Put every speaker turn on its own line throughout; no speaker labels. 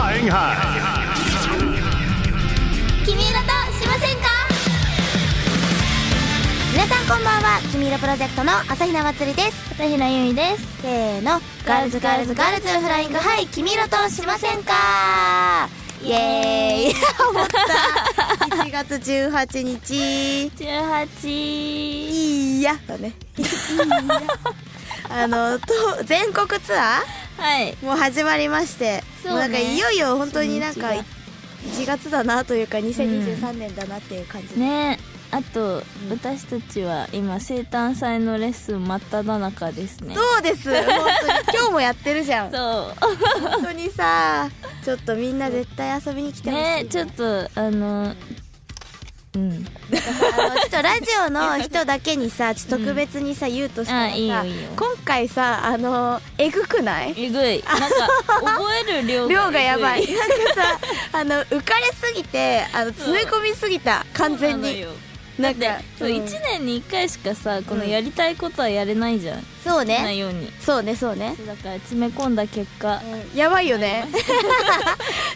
ハ
君色としませんか
皆さんこんばんは君色プロジェクトの朝比奈まつりです
片平ゆいです
せーのガールズガールズガールズフライングハイ君色としませんかイエーイ思った1月18日
18
いいやだねいいやあのと全国ツア
はい
ーもう始まりまして
そうね
もなんかいよいよ本当になんか
初日が
1月だなというか2023年だなっていう感じ、
ねあと、
ん
私たちは今生誕祭のレッスン真っ只中ですね
そうです 本当に今日もやってるじゃん
そう
本当にさちょっとみんな絶対遊びに来てほしい、
ねちょっとあのうん
あのちょっとラジオの人だけにさちょっと特別にさ、言うとしたらさ
あいいよいいよ
今回さあのえぐくない
えぐいなんか覚える量が
量がやばい
えぐ
なんかさあの浮かれすぎてあの詰め込みすぎた完全に
だ
な
っ
ん
て
か
そう
うん
1年に1回しかさこのやりたいことはやれないじゃん、
そう
ない
ね
ように
そうねそうね
そうだから詰め込んだ結果
やばいよ ね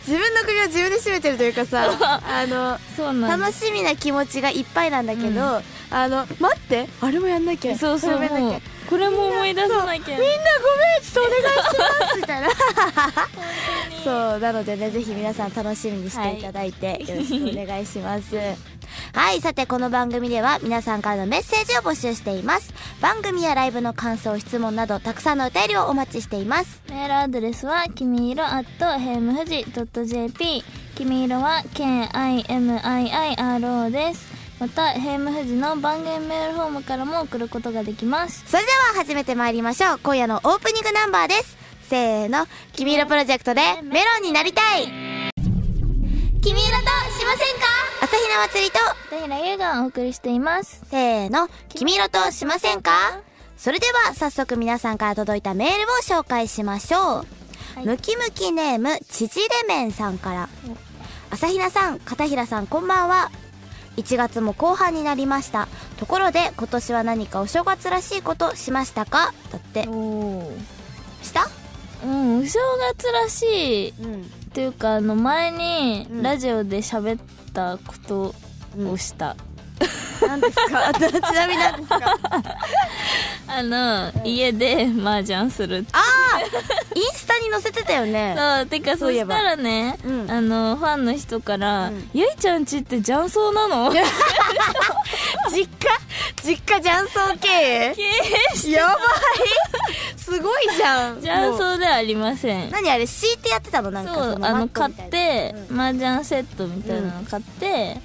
自分の首を自分で締めてるというかさあの
そうなんだ
楽しみな気持ちがいっぱいなんだけど、
うん
あの待ってあれもやんなきゃ
そうそう
あれもやん
も
な
う
きゃ
これも思い出さなき
み
ゃ
んなごめんちょっとお願いしますみたい なそうなのでねぜひ皆さん楽しみにしていただいて、よろしくお願いしますはいさてこの番組では皆さんからのメッセージを募集しています番組やライブの感想質問などたくさんのお便りをお待ちしています
メールアドレスはきみいろ at hemfuji.jp きみいろは KIMIIRO ですまたヘムフジの番組メールフォームからも送ることができます
それでは始めてまいりましょう今夜のオープニングナンバーですせーの「君色プロジェクト」でメロンになりたい
君色としませんか
朝比奈祭りと
片平優がお送りしています
せーの「君色としませんか?」それでは早速皆さんから届いたメールを紹介しましょう、
はい
ムキムキネームちぢれ麺さんから朝比奈さん片平さんこんばんは1月も後半になりましたところで今年は何かお正月らしいことしましたかだって
お
した
うんお正月らしい
うん
っていうかあの前に
うん
ラジオで喋ったことをした、
何ですか ちなみに何ですか
あの、家で麻雀するって
ああインスタに載せてたよね
そうてか
そ
そう
いえ
し
ば
たらね、
うん
あのファンの人から
うん
「ゆいちゃんちって雀荘なの?」 経
実家実家雀荘経営
営し
やばいすごいじゃん
雀
もう
荘ではありません
何あれ敷いてやってたのなんか
そ
そうの
あの
マット
買っ
みたいな
て、
うん
麻雀セットみたいなの買って、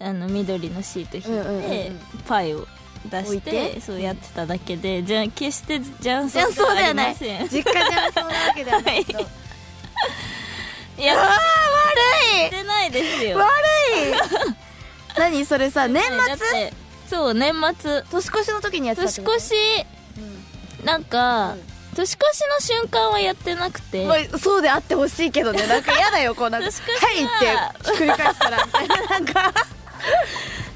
あの緑のシート引いて、
うんうんうんうん
パイを出
置い
して
て
そうやってただけでじゃあ決して雀
じゃあ
荘で
そう
は
で
あ
は
り
な
ま
い実
せ
家じ
ん
ゃそうなわけで はないけど
いや
あ
やってないです
ー
よ
悪い悪 い何それさ年
だっ
末
てそう年末
年越しの時にやってたっ
年
てこと
越しなんか、年越しの瞬間はやってなくて、
うんまあそうであってほしいけどねなんか嫌だよこうなんか「
年越し
は」
はい
ってひっくり返したらみ たいななんか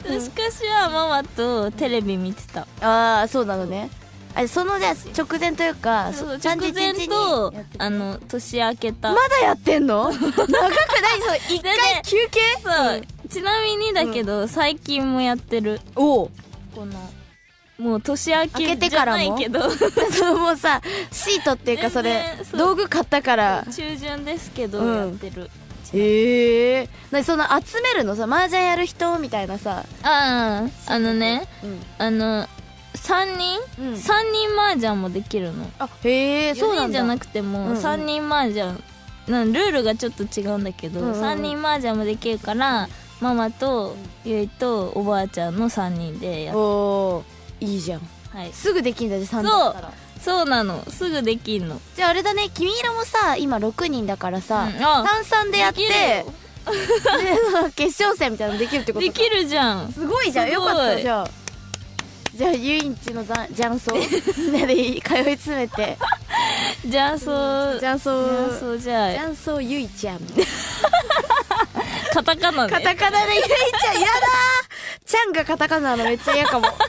年越しはママとテレビ見てた、
ああそうなのねあれそのじゃあ直前というか
そう
ちゃん
直前
一日に
と
やってた
あの年明けた、
まだやってん の長くないその一
だ
回
ね
休憩
そう、ちなみにだけど、最近もやってる
おお
このもう年明
明け
け
て
じ
か
ゃ
ら
ない
も
けど
そのもうさシートっていうかそれ
全然そう
道具買ったから
中旬ですけど
うん
やってる、
へえなにその集めるのさ麻雀やる人みたいなさ
あああのね
うん
あの3人、
うん
3人麻雀もできるの
あへえ
そ
そうう
な
なんん
じゃな
だ
くても、
うんうん
3人麻雀なんルールがちょっと違うんだけど、
うんうんうん
3人麻雀もできるからママとゆいとおばあちゃんの3人でや
お
る、
おいいじゃん
はい、
すぐできんだじゃ3人だから
そうなのすぐできんの
じゃああれだね君色もさ今6人だからさ
うんあ
三々でやって
でき
でその決勝戦みたいなのできるってこ
る
と
で
か
きるじゃん
すごいじゃん
す
よ
ごい
かったじゃあじゃあゆいんちのざ雀荘みんなで通い詰めて
じゃあそうじゃ
雀
あ
荘
そうじゃあ
雀荘ゆいちゃん
カタカナ
カ
で
タカナでゆいちゃんやだーちゃんがカタカナなのめっちゃ嫌かもなんか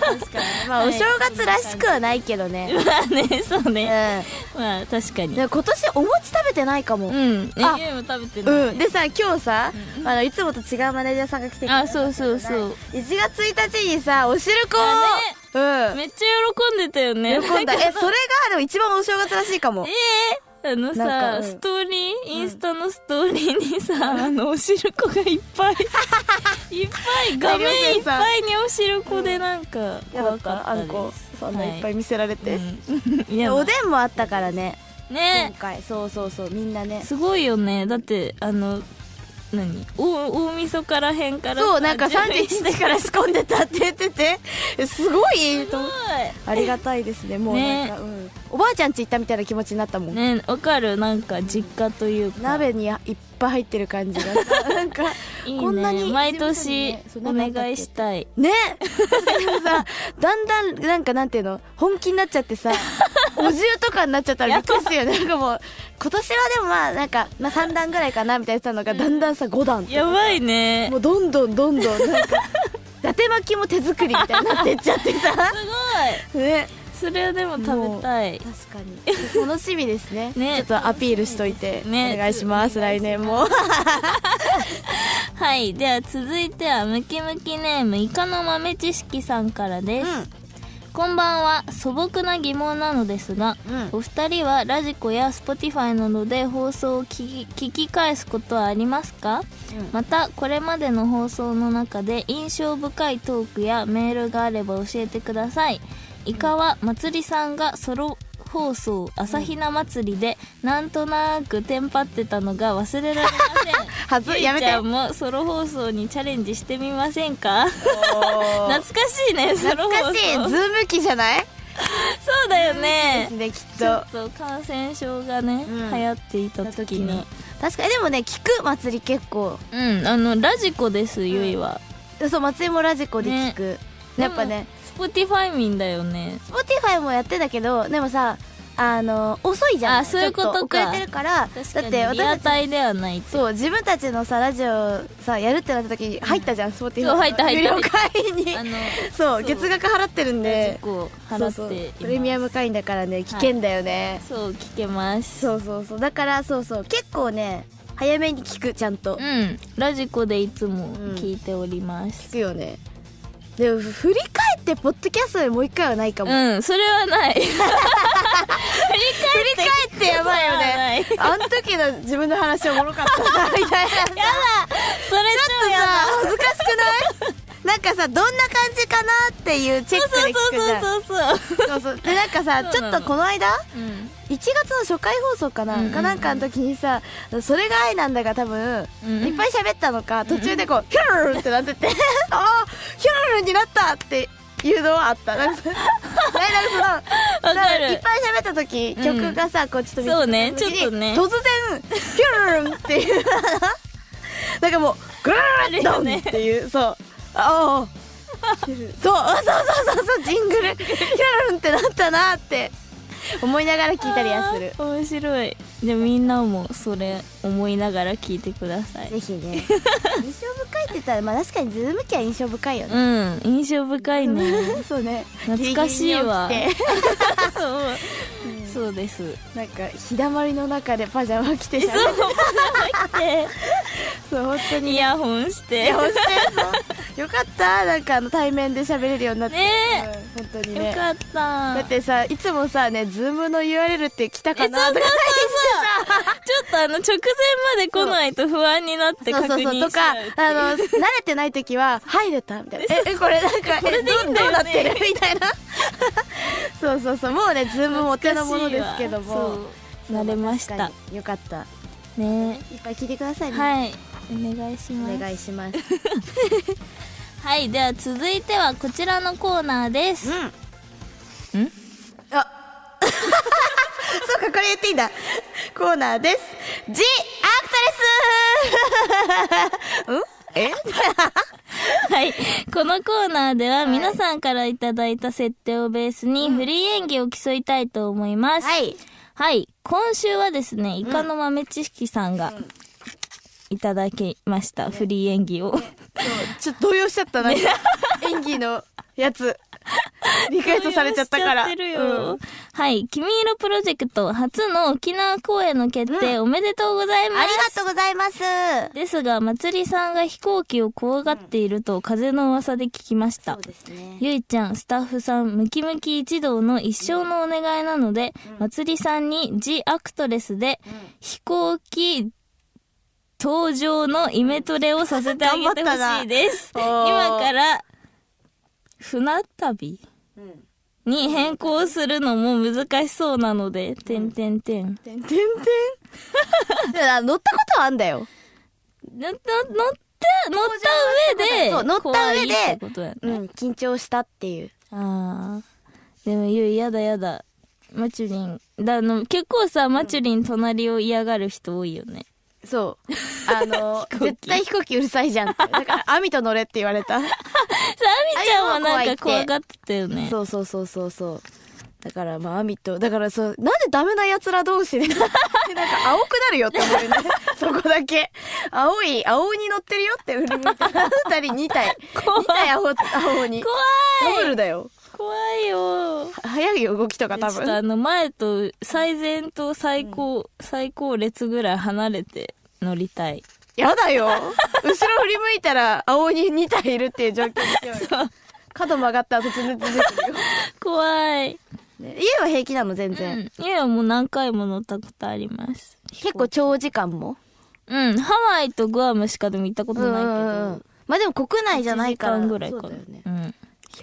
確かにまあ
はい
お正月らしくはないけどね、
まあねそう
うん、
ね、
で
まあ確かに
今年お餅食べてないかも、
うん
あ
ねゲーム食べてない、
うん、でさ今日さ、
うん
あのいつもと違うマネージャーさんが来てくれた
あそうそうそう
1月1日にさお汁粉を、
めっちゃ喜んでたよ
う
ね
ん喜んだえ
なんか
それがでも一番お正月らしいか も
えー、あ
な
の
ん
さ、
かうん
ストーリーインスタのストーリーにさ、 あのお汁粉がいっ ぱいいっぱい画面いっぱいにお汁粉でなんか
やだ
怖
っ
かったた
あ
で
ん
す
こそんないっぱい
は
見せられて、
うんい や
おでんもあったからね今
ね
回そうそうそうみんなね
すごいよねだってあの何大大晦日らへんから
そうなんか
準備
31
して
日から仕込んでたって言っててえすごいと思っ
す
てありがたいですねもうなん
ね
か、うん、おばあちゃんち行ったみたいな気持ちになったも
ご
ん、
いねわかるなんか実家というか
鍋にいっぱい入ってる感 じがなんか
いいね
こんなに
毎年
そう
お
なんかあったっけ
願いしたい
ね でもさだんだんなんかなんていうの本気になっちゃって さお重とかになっちゃったらびっくりするよねなんかもう今年はでもまあなんか、まあ、3段ぐらいかなみたいなのがだんだんさ5段とか
やばいね
もうどんどんどんどんなん か伊達巻きも手作りみたいになってっちゃってさ
すごい
ね
それはでも食べたい
確かに楽しみですね
ね
ちょっとアピールしといて、
ね
お願いします
お願
来
いしま
年
す
も
はいでは続いてはムキムキネームイカの豆知識さんからです、こんばんは素朴な疑問なのですが
うん
お二人はラジコや Spotify などで放送を聞き聞き返すことはありますかまたこれまでの放送の中で印象深いトークやメールがあれば教えてくださいイカはまつりさんがソロ放送朝ひな祭りでなんとなくテンパってたのが忘れられません
はずやめ
ゆい
て
ちゃんもソロ放送にチャレンジしてみませんか
おー
懐かしいねソ
懐
ロ放送
かしいズーム機じゃない
そうだよ
で
ね
すねきっ
ちょ
と
っと感染症がね、
うん
流行っていた時に
確かにでもね聞く祭り結構
うんあのラジコですゆいは、
そう松井もラジコで聞く、やっぱね
Spotify 民だよね
Spotify もやってたけどでもさあの遅いじゃん
あそういうことか
ちょっ遅れてるから
確
だ
か
っ
に
て
リア
私たち
タイではないって
そう自分たちのさラジオさやるってなった時に入ったじゃん、Spotify
そう入った入った
無料会員に
あの
そう
そう
月額払ってるん
ラジ
で
コを
そう
払
そ
っ
う
ています
プレミアム会員だからね聞けんだよね、
そう聞けます
そうそうそうだからそうそう結構ね早めに聞くちゃんと、
うんラジコでいつも聞いておりま
聞
す
くよねでも振り返ってポッドキャストでもう一回はないか
う
も、
ん、それは ない振り
振り返ってやばいよね
ないそれ
あん時の自分の話おもろかったなみたいな や
超やだ
恥ずかしくないなんかさどんな感じかなっていうチェックで聞くじゃん
そうそうそうそう
そうそうでなんかさち
そう
ょっ
なの
とこの間
うん
1月の初回放送かな、
うんうんうん
かなんかの時にさ「それが愛なんだ」が多分、
うん
いっぱい喋ったのか途中でこう「ヒュルルン!」ってなってて「ああヒュルルンになった!」っていうのはあったなんかなんかその
わか
なん
る
いっぱい喋った時
うん
曲がさ、こうちょっと
そうね
短い時に
ちょっとね
突然「ヒュルルン!」っていうなんかもう「グルルルドン!」っていうそうああそうあそうそうそうそうジングルヒュルンってなったなって思いながら聞いたりはする
あー面白いじゃあみんなもそれ思いながら聞いてください
ぜひね 印象深いって言ったらまあ確かにズーム機は印象深いよね
うん印象深いね
そうね
懐かしいわ
ギリギリに起き
そう、そうです
てなんか日だまりの中でパジャマ着てしゃべるそう本当に
イヤホンして
押してそうよかったなんかあの対面で喋れるようになって、
ね
うん本当に
よ
ね
かった
だってさいつもさねズームの URL って来たか
えそう
な
そうそう
とか
そうちょっとあの直前まで来ないと不安になって
そう
確
そうそう
認
と
し
かあ
ちゃう
の慣れてない時 は「入れた」みたいな「えこれなんかえどうどうなってる?」みたいなそうそうそうもうねズームもお手のものですけども
そう慣れまし
確
た
かによかった
ね
いっぱい聞いてくださいね、
はいお願いします
お願いします
はいでは続いてはこちらのコーナーです
うん
ん
あ そうかこれ言っていいんだコーナーです「ジ・アクトレス」んえ
はい。このコーナーでは皆さんからいただいた設定をベースにフリー演技を競いたいと思います。はい。
い
今週はですね、イカの豆知識さんがいただきました。フリー演技を。
ちょっと動揺しちゃったな演技のやつ。リクエストされちゃった から。
そういうのしちゃってる
う
よ
ん
はい、君色プロジェクト初の沖縄公演の決定、おめでとうございます。
ありがとうございます。
ですが、まつりさんが飛行機を怖がっていると風の噂で聞きました。
ですね
ゆいちゃん、スタッフさん、ムキムキ一同の一生のお願いなので、まつりさんに、ジ・アクトレスで、飛行機、登場のイメトレをさせてあげてほしい です。
頑張
今
ったな
から、船旅に変更するのも難しそうなので、てんてんてん。
てんてんてん。だ から乗ったことはあんだよ。
のの乗った、乗った上で、
そう乗った上で
怖いってことやね
うん、緊張したっていう。
あーでもゆいやだやだマチュリンだあの結構さマチュリン隣を嫌がる人多いよね、
そう。あの
飛行機
絶 対飛行機うるさいじゃんって。だから、網と乗れって言われた。
さあみちゃんはな
あ
ん
ゆい
か
も怖い
怖
って
がってたよね
そうそうそうそうそう。だから、まあ、網と、だからそう、なんでダメな奴ら同士で、なん か青くなるよって思う よね。そこだけ。青い、青に乗ってるよって、うるみたいな。二人、二体。
怖い
二体青、青に。
怖い
ダブルだよ。
怖いよ
早いよ動きとか多
ちょっとあ
分。
の前と最前と最高、最高列ぐらい離れて乗りたい
やだよ。後ろ振り向いたら、青に二体いるっていう状況にしてよ
そう
角曲がったら突然出てくるよ。
怖い、
ね 家は平気なの全
う
然、
ん、いやもう何回も乗ったことあります
結構長時間も
うんハワイとグアムしかでも行ったことないけど、
うんうんまあでも国内じゃないから
1時間ぐらいかな
そうだよね
うん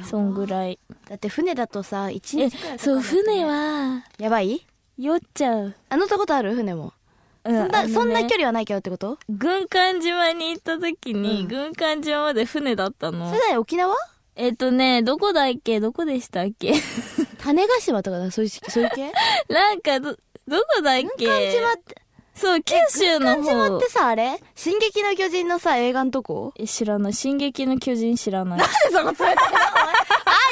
そんぐらい
だって船だとさ一
え
日くらい
そう船は
やばい
酔っちゃう、
あ乗ったことある船も、
うん
そんな
あのね
そんな距離はないけどってこと
軍艦島に行った時に、
うん
軍艦島まで船だったの
それだよ沖縄
えっとねどこだっけどこでしたっ け
種子島とかだそういうそういう 系
なんかどどこだっけ
軍艦島って
そう九州の
軍艦
方
島ってさあれ「進撃の巨人」のさ映画のとこ
え知らない「進撃の巨人」知ら ない
なんで そこ連れてるのお前アー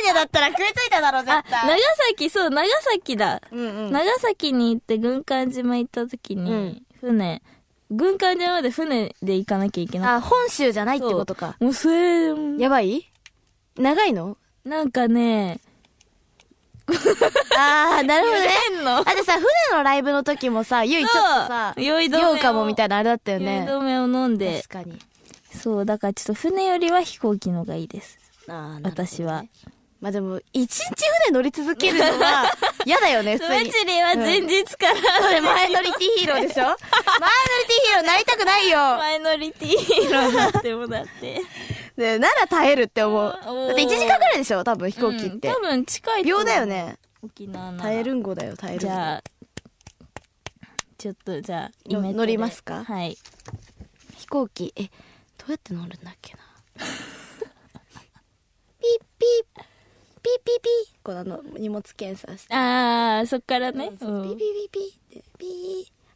ニャだったら食いついただろ
あ
絶
長崎そう長崎だ、
うんうん
長崎に行って軍艦島行った時に、
うん
船軍艦島まで船で行かなきゃいけない
あ本州じゃないってことか
もうそれも
やばい長いの
なんかね、
ああ、なるほどね。
んの
あとさ、船のライブの時もさ、ゆいちょっとさ、
そう酔い止めを
うかもみたいなあれだったよ
酔い
ね。
止めを飲んで
確、かに。
そう、だからちょっと船よりは飛行機のがいいです。
あー
私。
なるほど
は
ね。まあでも、一日船乗り続けるの は、嫌だよね、普
つ
通に。
りは前日から、
それ前乗りティヒーロ ーでしょ前乗りティヒーローなりたく ないよ。
マイノリティヒーローになってもだって。
ねなら耐えるって思う。
おー
だって1時間ぐらいでしょ多分飛行機っ
う
て
ん多。分近いと思
秒
う
だよ。ね。
沖縄なら
耐えるんごだよ、耐えるんご。
じゃあ、ちょっとじゃあ、
の
イベントで
乗りますか
はい。
飛行機えどうやって乗るんだっ けなピッピッピッピッピッこのあの荷物検査して
あー、そっからね。
そうそう
う
ピ
ん
ッピッピッピッってピー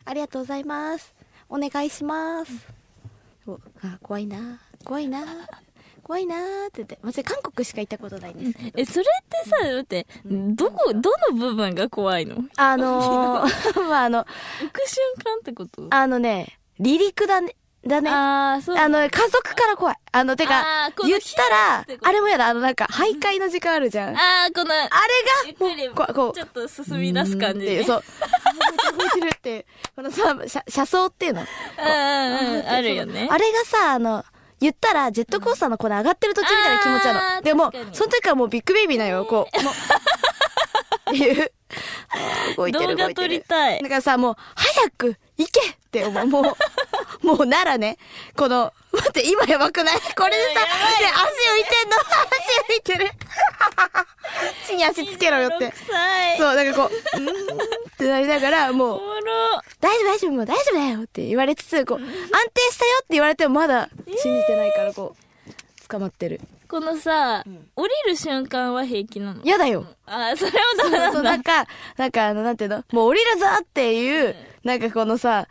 ありがとうございますお願いしますおあ怖いな怖 いな怖いなって言って私韓国しか行ったことないんですけど
え、それってさ、だって、どこ、どの部分が怖いの浮
あの ー、まああの
く瞬間ってこと
あのね離陸だねだね
あー、そう
あの、家族から怖い。あの、て
あ
か
ーこ、の
言ったら
火ってこ、と
あれもやだ、あの、なんか、徘徊の時間あるじゃん。あ
あー、この、ゆ
れ
っ
が、こ
くり
う、こう
ちょっと進み出す感じ
っていう
ね。
そう。 動いてるっていう。このさ、車車窓っていうの。
うんうんうん、あるよね。
あれがさ、あの、言ったら、ジェットコースターのこの上がってる途中みたいな気持ち
うん
な
あー
の。でも
確か、に
その時からもうビッグベイビーなんよ、こう。もう っていう。 あー動いてる動いてる。
動画撮りたい
だからさ、もう、早く行けって思う。もう、もうならね、この、待って、今やばくないこれでさ、ね、足浮いてんの足浮いてる。 地に足つけろよって
26。歳。
そう、なんかこう、うーんってなりながら、もう
お、もろ。
大丈夫大丈夫もう大丈夫だよって言われつつこう安定したよって言われてもまだ信じてないからこう捕まってる
このさ、降りる瞬間は平気なの。
嫌だよ
あー、それもダ
そう
メな
ん
だ。
なんかなんかあのなんていうのもう降りるぞっていうなんかこのさ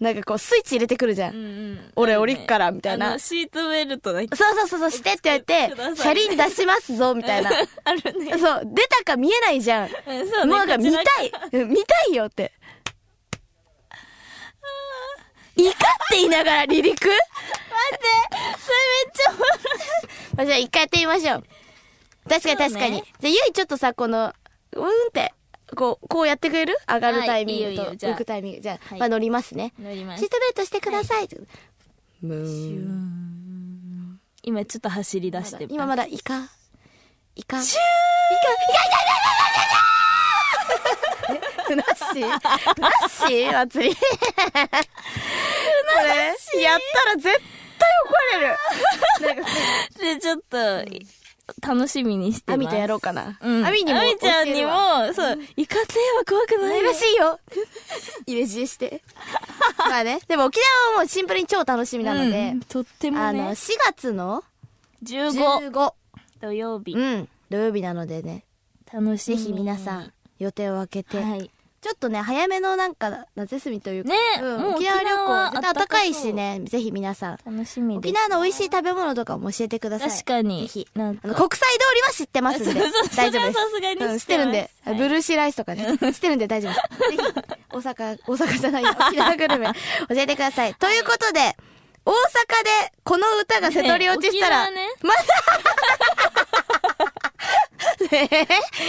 なんかこうスイッチ入れてくるじゃん、
うんうん
俺降りっからみたいな
あのシートベルトだけ。
そうそうそうそうしてって言わ
くださ
れ
い
て車輪出しますぞみたい な
あるね。
そう出たか見えないじゃん
うんそうね。
もうなんか
こ
見
ち
た
ら
いうん見たいよって怒って言いながら離陸
待って、それめっちゃおもろい。
まあじゃあ一回やってみましょう。確かに確か
そう
に。
ね
じゃあ、ゆいちょっとさ、この、うんって、こう、こうやってくれる上がるタイミ
はいい
ン
い
グ
よいい
と
よじゃあ
浮くタイミング。じゃあ、
はい
まあ乗りますね。
乗りま
シ
す
ートベルトしてください。むーん
今ちょっと走り出して
今まだイカ。イカ。
シ
ふなっしーふなっしー祭り。これ、やったら絶対怒られる。なんか、
ューでちょっと楽しみにして
ア
ます
ミとやろうかな。
うん
アミにも。
アミちゃんにも。そうイカといえば怖くない
嬉しいよ。入れ知恵して。まあね。でも沖縄はもうシンプルに超楽しみなので
うん、とっても
あの、
ね
4月の
15
15。
土曜日
うん。土曜日なのでね。
楽し
ぜ
み
ひ皆さん、予定を空けて。
はい
ちょっとね、早めのなんか、夏休みというか。
ね
うん
もう
沖縄
沖
旅行
縄、
絶対暖かいしね。ぜひ皆さん。
楽しみ
沖
です
縄の美味しい食べ物とかも教えてください。
確かに
ぜひ。
なんか
あの国際通りは知ってますんで
そうそう。
大丈夫で
それは
す。
さすがに知ってます
うん知ってるんで。
はい
ブルーシーライスとかね。知ってるんで大丈夫です。ぜひ、大阪、大阪じゃないよ沖縄グル メ、教えてください。ということで、大阪でこの歌が瀬戸り落ちしたら、
ね
まだ、 ねえ沖縄で、沖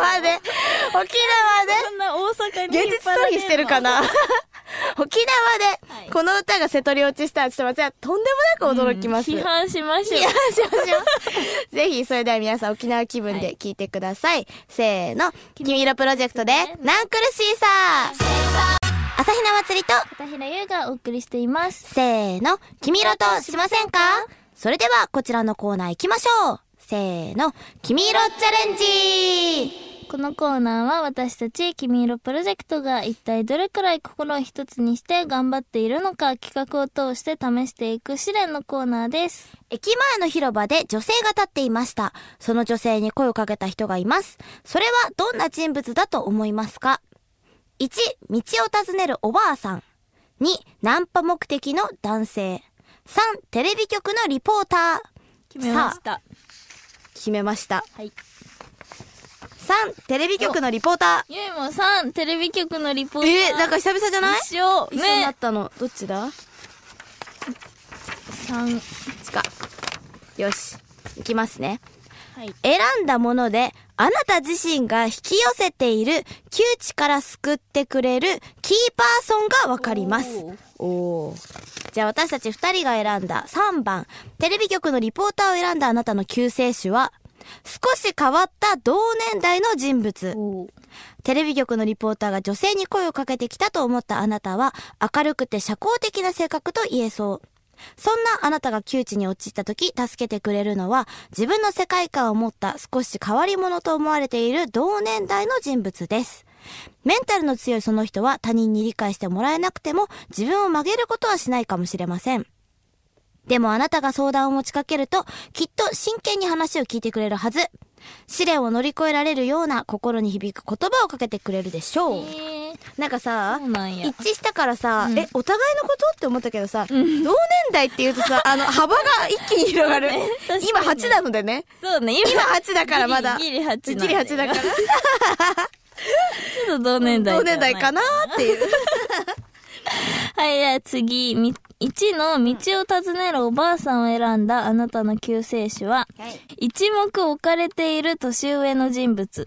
縄で、
そんな大阪に
現実逃避してるかな 沖縄
はい
で、この歌が瀬戸り落ちしたら、ちょっと私はとんでもなく驚きます。
批判しましょう
いやしましょう ぜひ、それでは皆さん沖縄気分で聞いてください。せーの、君色プロジェクトで、なん苦しいさ朝日奈祭りと、
片平優がお送りしています
せーの、君色としませんかそれでは、こちらのコーナー行きましょうせーの、君色チャレンジ
このコーナーは私たち君色プロジェクトが一体どれくらい心を一つにして頑張っているのか企画を通して試していく試練のコーナーです
駅前の広場で女性が立っていました。その女性に声をかけた人がいます。それはどんな人物だと思いますか ?1、道を尋ねるおばあさん。2、ナンパ目的の男性。3、テレビ局のリポーター。
決めました
決めました。
はい
3、テレビ局のリポータ
ゆいもさんテレビ局のリポー
ー。
ター
えー、なんか久々じゃない
一緒
一緒にな
ね
ったの。どっちだこ
三
っちか。よし。いきますね。
はい
選んだもので、あなた自身が引き寄せている、窮地から救ってくれるキーパーソンがわかります。おおー。じゃあ私たち二人が選んだ3番、テレビ局のリポーターを選んだあなたの救世主は、少し変わった同年代の人物。
おー
テレビ局のリポーターが女性に声をかけてきたと思ったあなたは、明るくて社交的な性格と言えそう。そんなあなたが窮地に陥った時、助けてくれるのは、自分の世界観を持った少し変わり者と思われている同年代の人物です。メンタルの強いその人は他人に理解してもらえなくても自分を曲げることはしないかもしれません。でもあなたが相談を持ちかけると、きっと真剣に話を聞いてくれるはず。試練を乗り越えられるような心に響く言葉をかけてくれるでしょう。
えー
なんかさ
そう、なんや
一致したからさ、
うん
え、お互いのことって思ったけどさ、同年代って言うと さ、あの、幅が一気に広がる。
確かに
今8なのでね。
そうね今
今8だからまだ。
ギリギリ8なんだよ
ギリ8だから。
ちょっと同年代
同年代かなっていう。
はい、じゃあ次、み1の道を尋ねるおばあさんを選んだあなたの救世主は、一目置かれている年上の人物。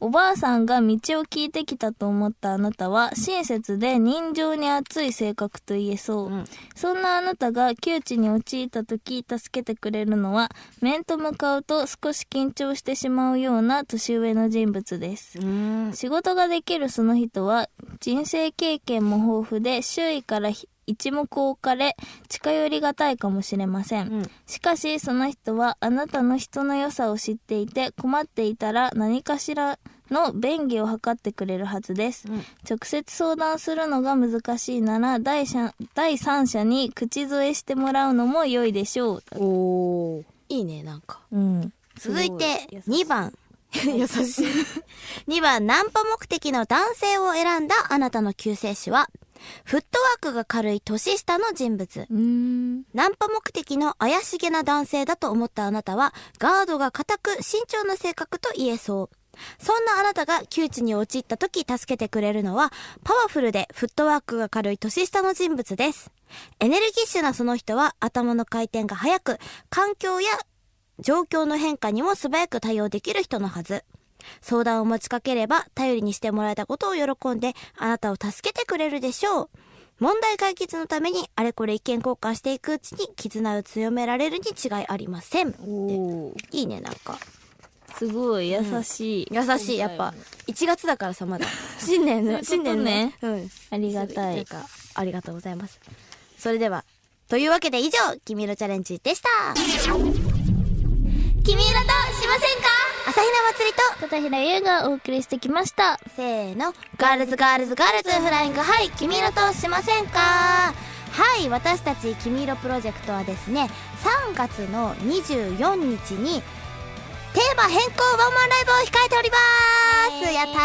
おばあさんが道を聞いてきたと思ったあなたは、親切で人情に熱い性格と言えそう。
うん
そんなあなたが窮地に陥った時、助けてくれるのは、面と向かうと少し緊張してしまうような年上の人物です。
うん。
仕事ができるその人は人生経験も豊富で周囲からひ一目置かれ近寄りがたいかもしれません、
うん
しかしその人はあなたの人の良さを知っていて困っていたら何かしらの便宜を図ってくれるはずです、
うん
直接相談するのが難しいなら第三第三者に口添えしてもらうのも良いでしょう、
おー。いいね、なんか。
うん、
続いて
すご優し
2番 優し い2番ナンパ目的の男性を選んだあなたの救世主はフットワークが軽い年下の人物
うーん
ナンパ目的の怪しげな男性だと思ったあなたはガードが固く慎重な性格と言えそうそんなあなたが窮地に陥った時助けてくれるのはパワフルでフットワークが軽い年下の人物ですエネルギッシュなその人は頭の回転が速く環境や状況の変化にも素早く対応できる人のはず。相談を持ちかければ頼りにしてもらえたことを喜んであなたを助けてくれるでしょう。問題解決のためにあれこれ意見交換していくうちに絆を強められるに違いありません。
おー
いいね、なんか。
すごい優しい、
優しい、やっぱ。1月だからさ、まだ。新年の、
そうい
新
うこと
年
ね
ね。うん。
ありがた
なん
い
か、ありがとうございます。それでは、というわけで以上、君色チャレンジでした。君色としませんか朝日奈祭りと、
片平優がお送りしてきました
せーの。ガールズガールズガールズフライング、はい、君色としませんかはい、私たち君色プロジェクトはですね、3月の24日に、テーマ変更ワンマンライブを控えております、
イエーイ
やった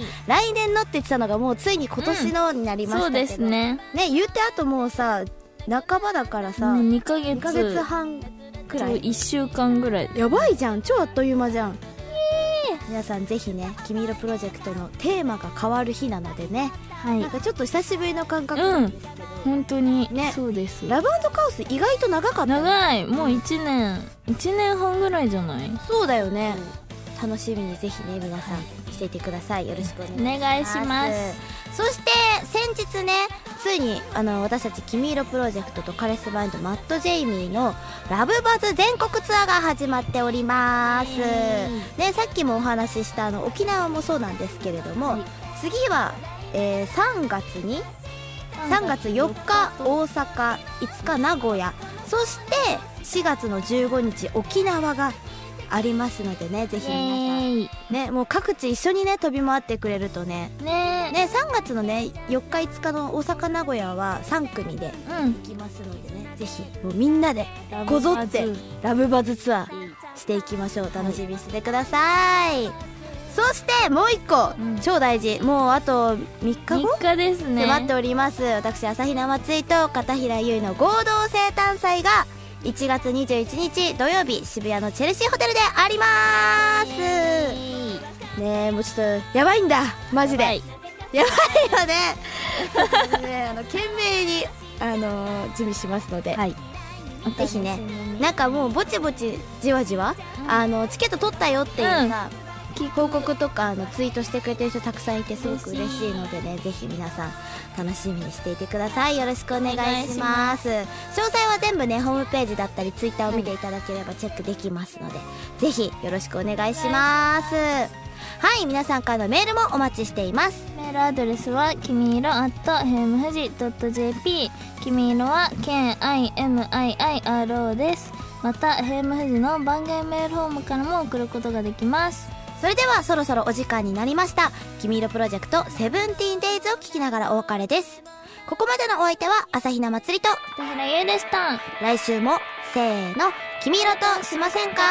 ー来年のって言ってたのがもうついに今年のになりました
そ
け
う
ど、
ですね
ね言うてあともうさ半ばだからさ、
ね2ヶ月
2ヶ月半くら
と
い
1週間ぐらい
やばいじゃん超あっという間じゃん皆さんぜひね「君色プロジェクト」のテーマが変わる日なのでね、
はい
なんかちょっと久しぶりの感覚
うん
なんですけど、
本当に、
ね
そうです
ラブカオス意外と長かったね
長いもう1年1年半ぐらいじゃない
そうだよね、楽しみにぜひね皆さんしていてくださいよろしくお願いします
お願いします
そして先日ねついにあの私たち「君色プロジェクト」とカレスバンドマット・ジェイミーの「ラブバズ全国ツアーが始まっております、
イエ
ね、さっきもお話ししたあの沖縄もそうなんですけれども、
はい
次は、えー3月に3月4日大阪5日名古屋そして4月の15日沖縄がありますのでねぜひ皆さん
イエーイ
ねもう各地一緒にね飛び回ってくれるとね
ね
ね3月のね4日5日の大阪名古屋は3組で
うん
行きますのでねぜひもうみんなでこぞってラブバズツアーしていきましょう楽しみにしててください、そしてもう一個、
うん
超大事もうあと3日後
3日ですね
迫っております、私朝比奈松井と片平優衣の合同生誕祭が1月21日土曜日渋谷のチェルシーホテルでありますねえもうちょっとやばいんだマジで
はい
やばいよねね あの懸命にあの準備しますので、
はい
ぜひねなんかもうぼちぼちじわじわ、あのチケット取ったよっていうさ、報告とかあのツイートしてくれてる人たくさんいてすごく嬉しいのでねぜひ皆さん楽しみにしていてくださいよろしくお願いします詳細は全部ねホームページだったりツイッターを見ていただければチェックできますので、ぜひよろしくお願いしますはい皆さんからのメールもお待ちしています
メールアドレスはきみいろ at hemfuji.jp きみいろは KIMIIRO ですまた hemfuji の番外メールフォームからも送ることができます
それではそろそろお時間になりました「君色プロジェクトセブンティーンデイズを聞きながらお別れですここまでのお相手は朝比奈まつりと
田原優でした
来週もせーの「君色としませんか?」